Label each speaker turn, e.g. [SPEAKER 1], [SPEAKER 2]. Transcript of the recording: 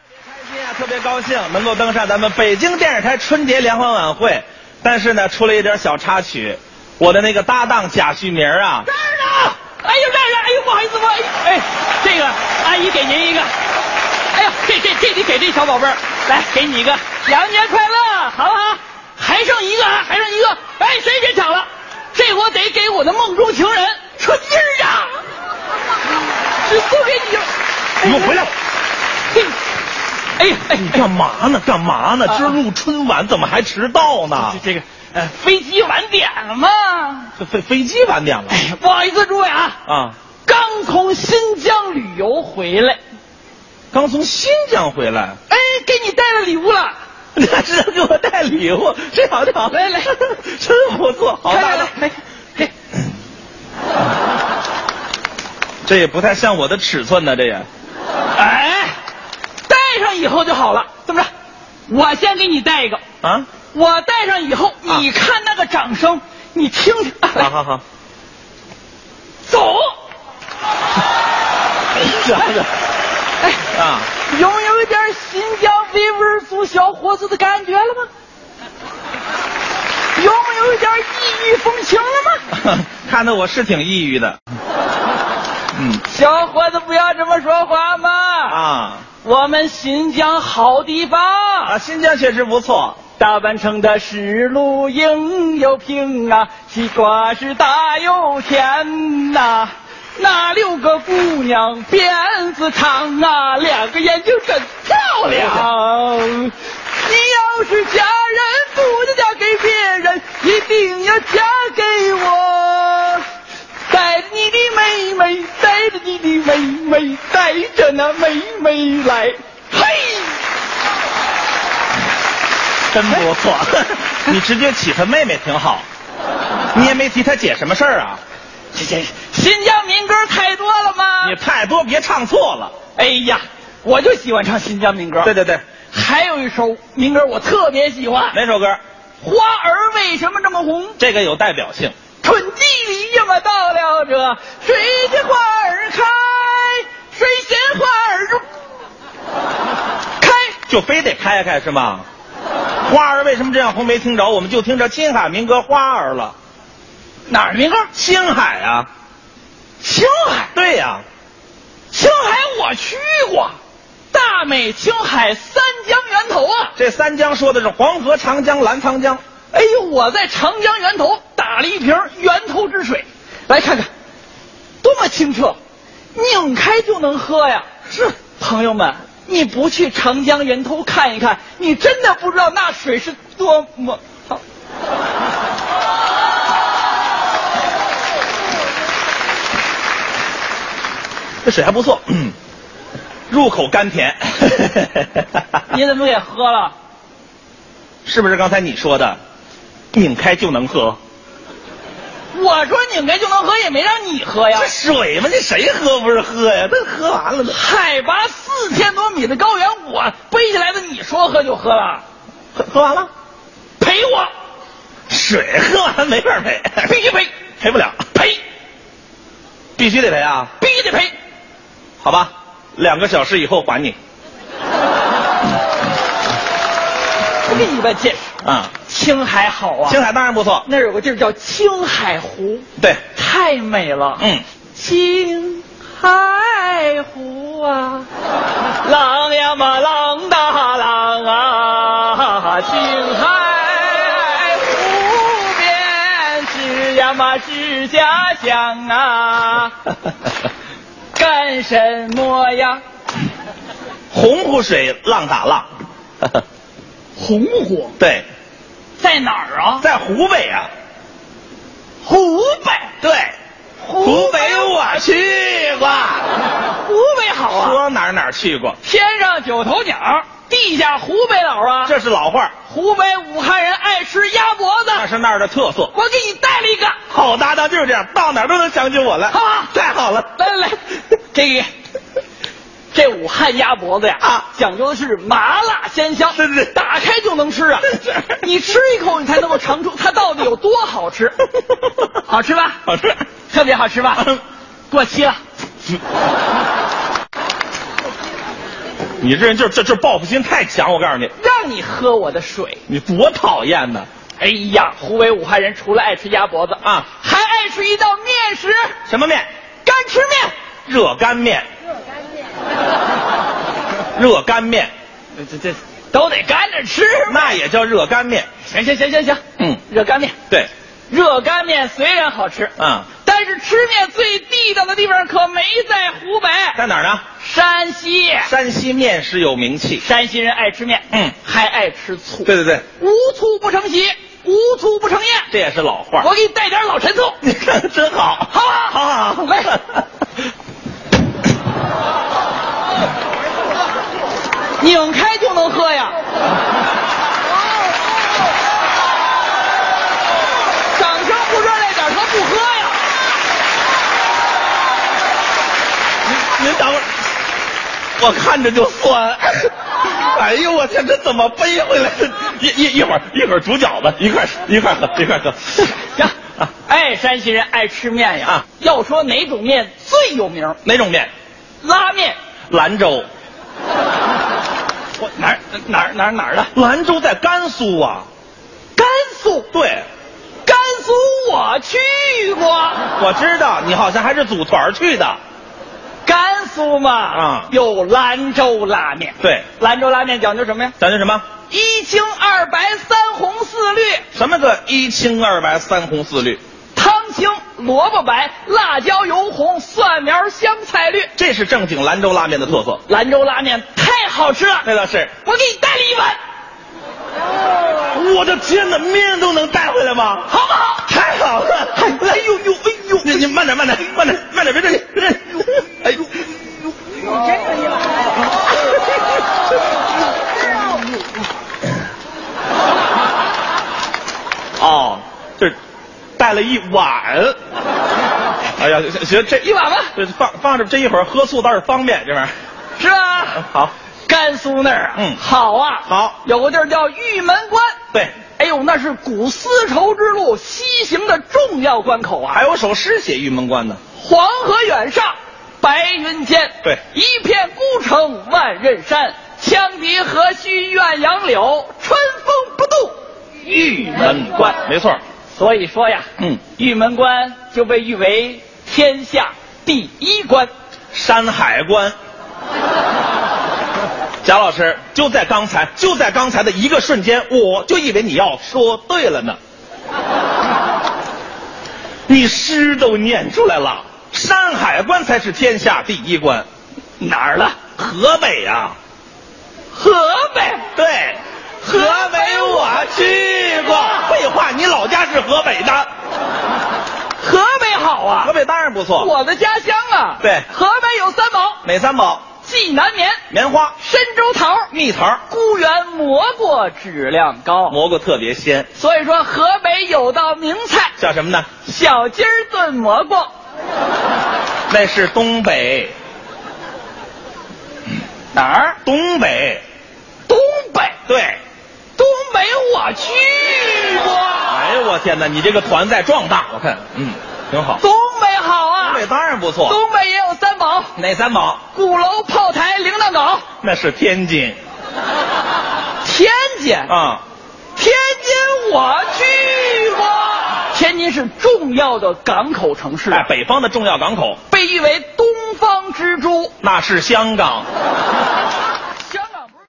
[SPEAKER 1] 呀，啊特别高兴能够登上咱们北京电视台春节联欢晚会，但是呢，出了一点小插曲，我的那个搭档贾旭明啊，
[SPEAKER 2] 这儿呢！哎呦，这儿这儿，哎呦，不好意思，不好意思，哎，这个阿姨给您一个，哎呀，这这这得给这小宝贝儿，来，给你一个，两节快乐，好不好？还剩一个啊，还剩一个，哎，谁也别抢了，这我得给我的梦中情人春英儿啊，这都给你了，
[SPEAKER 1] 你给我回来！
[SPEAKER 2] 嘿，哎呀，哎
[SPEAKER 1] 你干嘛呢？干嘛呢？
[SPEAKER 2] 啊
[SPEAKER 1] 今儿录春晚怎么还迟到呢
[SPEAKER 2] 这？这个呃，飞机晚点了嘛，
[SPEAKER 1] 这飞飞机晚点了
[SPEAKER 2] 哎呀，不好意思，诸位啊，
[SPEAKER 1] 啊！
[SPEAKER 2] 刚从新疆旅游回来。
[SPEAKER 1] 刚从新疆回来，
[SPEAKER 2] 哎，给你带了礼物了，
[SPEAKER 1] 你还知道给我带礼物？这好，这好，
[SPEAKER 2] 来 来
[SPEAKER 1] 真不错，好
[SPEAKER 2] 来
[SPEAKER 1] 大
[SPEAKER 2] 来
[SPEAKER 1] 的。
[SPEAKER 2] 来，嘿，
[SPEAKER 1] 这也不太像我的尺寸呢，这也。
[SPEAKER 2] 哎，戴上以后就好了，这么着？我先给你戴一个，
[SPEAKER 1] 啊，
[SPEAKER 2] 我戴上以后，
[SPEAKER 1] 啊
[SPEAKER 2] 你看那个掌声，你听听，啊
[SPEAKER 1] 好好好，
[SPEAKER 2] 走，
[SPEAKER 1] 这样的
[SPEAKER 2] 哎，
[SPEAKER 1] 啊，
[SPEAKER 2] 有没有一点新疆维吾尔族小伙子的感觉了吗？有没有一点异域风情了吗？
[SPEAKER 1] 看得我是挺抑郁的。嗯
[SPEAKER 2] 小伙子，不要这么说话嘛！
[SPEAKER 1] 啊
[SPEAKER 2] 我们新疆好地方
[SPEAKER 1] 啊，新疆确实不错。
[SPEAKER 2] 大阪城的石路应有平啊，西瓜是大又甜呐、那六个姑娘辫子长啊，两个眼睛真漂亮。你要是嫁人，不能嫁给别人，一定要嫁给我。带着你的妹妹，带着你的妹妹，带着那妹妹来，嘿。
[SPEAKER 1] 真不错， 你直接起他妹妹挺好，你也没提他姐什么事儿啊？
[SPEAKER 2] 这这新疆民歌太多了吗
[SPEAKER 1] 你？太多别唱错了。
[SPEAKER 2] 哎呀，我就喜欢唱新疆民歌。
[SPEAKER 1] 对，对对，
[SPEAKER 2] 还有一首民歌我特别喜欢，
[SPEAKER 1] 哪首歌？
[SPEAKER 2] 花儿为什么这么红？
[SPEAKER 1] 这个有代表性。
[SPEAKER 2] 春季里呀嘛到了这，谁家花儿开，谁嫌花儿重开。
[SPEAKER 1] 就非得开开是吗？花儿为什么这样红？没听着，我们就听着青海民歌花儿了。
[SPEAKER 2] 哪儿的民歌？
[SPEAKER 1] 青海啊，
[SPEAKER 2] 青海，
[SPEAKER 1] 对呀、
[SPEAKER 2] 青海我去过，大美青海三江源头啊。
[SPEAKER 1] 这三江说的是黄河、长江、澜沧江。
[SPEAKER 2] 哎呦，我在长江源头打了一瓶源头之水，来看看，多么清澈，拧开就能喝呀！是，朋友们，你不去长江源头看一看，你真的不知道那水是多么好。
[SPEAKER 1] 这水还不错，嗯入口甘甜。
[SPEAKER 2] 你怎么给喝了？
[SPEAKER 1] 是不是刚才你说的，拧开就能喝？
[SPEAKER 2] 我说拧开就能喝，也没让你喝哎呀
[SPEAKER 1] 这。水嘛，这谁喝不是喝呀？那喝完了呢，
[SPEAKER 2] 海拔四千多米的高原，我背下来的，你说喝就喝了，
[SPEAKER 1] 喝喝完了，
[SPEAKER 2] 赔我，
[SPEAKER 1] 水喝完没法赔，
[SPEAKER 2] 必须赔，
[SPEAKER 1] 赔不了，
[SPEAKER 2] 赔，
[SPEAKER 1] 必须得赔啊！
[SPEAKER 2] 必须得赔。
[SPEAKER 1] 好吧，两个小时以后还你。
[SPEAKER 2] 我给你一个见识。
[SPEAKER 1] 啊、
[SPEAKER 2] 青海好啊，
[SPEAKER 1] 青海当然不错，
[SPEAKER 2] 那儿有个地儿叫青海湖，
[SPEAKER 1] 对，
[SPEAKER 2] 太美了。
[SPEAKER 1] 嗯，
[SPEAKER 2] 青海湖啊，浪呀嘛浪大浪啊，青海湖边是呀嘛是家乡啊，干什么呀？
[SPEAKER 1] 洪湖水浪打浪，
[SPEAKER 2] 洪湖
[SPEAKER 1] 对，
[SPEAKER 2] 在哪儿啊？
[SPEAKER 1] 在湖北啊，
[SPEAKER 2] 湖北，
[SPEAKER 1] 对，
[SPEAKER 2] 湖
[SPEAKER 1] 北我去过，
[SPEAKER 2] 湖北好啊。
[SPEAKER 1] 说哪儿哪儿去过，
[SPEAKER 2] 天上九头鸟，地下湖北佬啊！
[SPEAKER 1] 这是老话儿，
[SPEAKER 2] 湖北武汉人爱吃鸭脖子，
[SPEAKER 1] 那是那儿的特色。
[SPEAKER 2] 我给你带了一个，
[SPEAKER 1] 好搭档就是这样，到哪儿都能想起我来，
[SPEAKER 2] 啊
[SPEAKER 1] 太好了，
[SPEAKER 2] 来来来，这个这武汉鸭脖子呀，
[SPEAKER 1] 啊
[SPEAKER 2] 讲究的是麻辣鲜香，
[SPEAKER 1] 对对对
[SPEAKER 2] 打开就能吃啊
[SPEAKER 1] 是，
[SPEAKER 2] 你吃一口你才能够尝出它到底有多 好吃，好吃吧？
[SPEAKER 1] 好吃。
[SPEAKER 2] 特别好吃吧
[SPEAKER 1] 嗯？
[SPEAKER 2] 过期了。
[SPEAKER 1] 你这人就这这报复心太强，我告诉你，
[SPEAKER 2] 让你喝我的水。
[SPEAKER 1] 你多讨厌呢！
[SPEAKER 2] 哎呀，湖北武汉人除了爱吃鸭脖子
[SPEAKER 1] 啊
[SPEAKER 2] 还爱吃一道面食——
[SPEAKER 1] 什么面？
[SPEAKER 2] 干吃面。
[SPEAKER 1] 热干面，热干面，
[SPEAKER 2] 这这这都得干着吃嘛。
[SPEAKER 1] 那也叫热干面。
[SPEAKER 2] 行行行行行，
[SPEAKER 1] 嗯
[SPEAKER 2] 热干面，
[SPEAKER 1] 对，
[SPEAKER 2] 热干面虽然好吃，
[SPEAKER 1] 嗯，
[SPEAKER 2] 但是吃面最地道的地方可没在湖北，
[SPEAKER 1] 在哪儿呢？
[SPEAKER 2] 山西。
[SPEAKER 1] 山西面食有名气。
[SPEAKER 2] 山西人爱吃面，
[SPEAKER 1] 嗯
[SPEAKER 2] 还爱吃醋，
[SPEAKER 1] 对对对，
[SPEAKER 2] 无醋不成席，无醋不成宴。
[SPEAKER 1] 这也是老话
[SPEAKER 2] 我
[SPEAKER 1] 儿。
[SPEAKER 2] 给你带点老陈醋，
[SPEAKER 1] 你看真好，
[SPEAKER 2] 好啊
[SPEAKER 1] 好好好，
[SPEAKER 2] 来拧开就能喝
[SPEAKER 1] 哦
[SPEAKER 2] 呀。掌声不热烈点，他不喝呀。
[SPEAKER 1] 您您等会儿，我看着就酸。哎呦我天，这怎么背回来的？一一一会儿一会儿煮饺子，一块儿一块儿喝一块儿喝。
[SPEAKER 2] 行
[SPEAKER 1] 啊，
[SPEAKER 2] 哎，山西人爱吃面呀。
[SPEAKER 1] 啊
[SPEAKER 2] 要说哪种面最有名，
[SPEAKER 1] 哪种面？
[SPEAKER 2] 拉面。
[SPEAKER 1] 兰州。
[SPEAKER 2] 我哪儿哪儿哪儿哪儿的？
[SPEAKER 1] 兰州在甘肃啊。
[SPEAKER 2] 甘肃，
[SPEAKER 1] 对，
[SPEAKER 2] 甘肃我去过。
[SPEAKER 1] 我知道你好像还是组团儿去的。
[SPEAKER 2] 甘肃嘛，
[SPEAKER 1] 啊
[SPEAKER 2] 有兰州拉面。
[SPEAKER 1] 对，
[SPEAKER 2] 兰州拉面讲究什么呀？
[SPEAKER 1] 讲究什么？
[SPEAKER 2] 一清二白三红四绿，
[SPEAKER 1] 什么个一清二白三红四绿？
[SPEAKER 2] 汤清萝卜白，辣椒油红，蒜苗香菜绿。
[SPEAKER 1] 这是正经兰州拉面的特色。
[SPEAKER 2] 兰州拉面太好吃了，
[SPEAKER 1] 那倒是。
[SPEAKER 2] 我给你带了一碗，
[SPEAKER 1] 我的天哪，面都能带回来吗？
[SPEAKER 2] 好不好？
[SPEAKER 1] 太好了！哎呦呦，哎呦，你你慢点，慢点，慢点，慢点，别着急，别着急。哎呦，哦，就是带了一碗。哎呀，行行，这
[SPEAKER 2] 一碗吧，
[SPEAKER 1] 这放放这，这一会儿喝醋倒是方便，这玩意儿。嗯
[SPEAKER 2] 是吧？
[SPEAKER 1] 好，
[SPEAKER 2] 甘肃那儿啊，
[SPEAKER 1] 嗯
[SPEAKER 2] 好啊，
[SPEAKER 1] 好
[SPEAKER 2] 有个地儿叫玉门关。
[SPEAKER 1] 对，
[SPEAKER 2] 哎呦，那是古丝绸之路西行的重要关口啊！
[SPEAKER 1] 还有首诗写玉门关呢。
[SPEAKER 2] 黄河远上，白云间。
[SPEAKER 1] 对
[SPEAKER 2] 一片孤城万仞山，羌笛何须怨杨柳，春风不度玉门关。
[SPEAKER 1] 没错。
[SPEAKER 2] 所以说呀，
[SPEAKER 1] 嗯，
[SPEAKER 2] 玉门关就被誉为天下第一关。
[SPEAKER 1] 山海 关。贾老师，就在刚才，就在刚才的一个瞬间，我就以为你要说对了 呢。你诗都念出来了，山海关才是天下第一关，
[SPEAKER 2] 哪儿了？
[SPEAKER 1] 河北啊，
[SPEAKER 2] 河北。
[SPEAKER 1] 对，河北我去过。废话，你老家是河北的，
[SPEAKER 2] 河北好
[SPEAKER 1] 河
[SPEAKER 2] 啊，
[SPEAKER 1] 北当然不错。
[SPEAKER 2] 我的家乡啊。
[SPEAKER 1] 对
[SPEAKER 2] 河北有三宝：
[SPEAKER 1] 哪三宝？
[SPEAKER 2] 济南棉、
[SPEAKER 1] 棉花、
[SPEAKER 2] 深州桃、
[SPEAKER 1] 蜜桃，
[SPEAKER 2] 沽源蘑菇，质量高。
[SPEAKER 1] 蘑菇特别鲜，
[SPEAKER 2] 所以说，河北有道名菜
[SPEAKER 1] 叫什么呢？
[SPEAKER 2] 小鸡儿炖蘑菇，
[SPEAKER 1] 那是东北，
[SPEAKER 2] 哪儿？
[SPEAKER 1] 东北，
[SPEAKER 2] 东北，
[SPEAKER 1] 对。
[SPEAKER 2] 东北我去过，
[SPEAKER 1] 哎呦我天哪，你这个团在壮大，我看，嗯，挺好。
[SPEAKER 2] 东北好
[SPEAKER 1] 东
[SPEAKER 2] 啊，
[SPEAKER 1] 北当然不错。
[SPEAKER 2] 东北也有三宝：
[SPEAKER 1] 哪三宝？
[SPEAKER 2] 鼓楼、炮台、铃铛镐。
[SPEAKER 1] 那是天津
[SPEAKER 2] 天津，
[SPEAKER 1] 啊、
[SPEAKER 2] 天津我去过，天津是重要的港口城市，啊
[SPEAKER 1] 哎哎，北方的重要港口
[SPEAKER 2] 被誉为东方之珠。
[SPEAKER 1] 那是香港。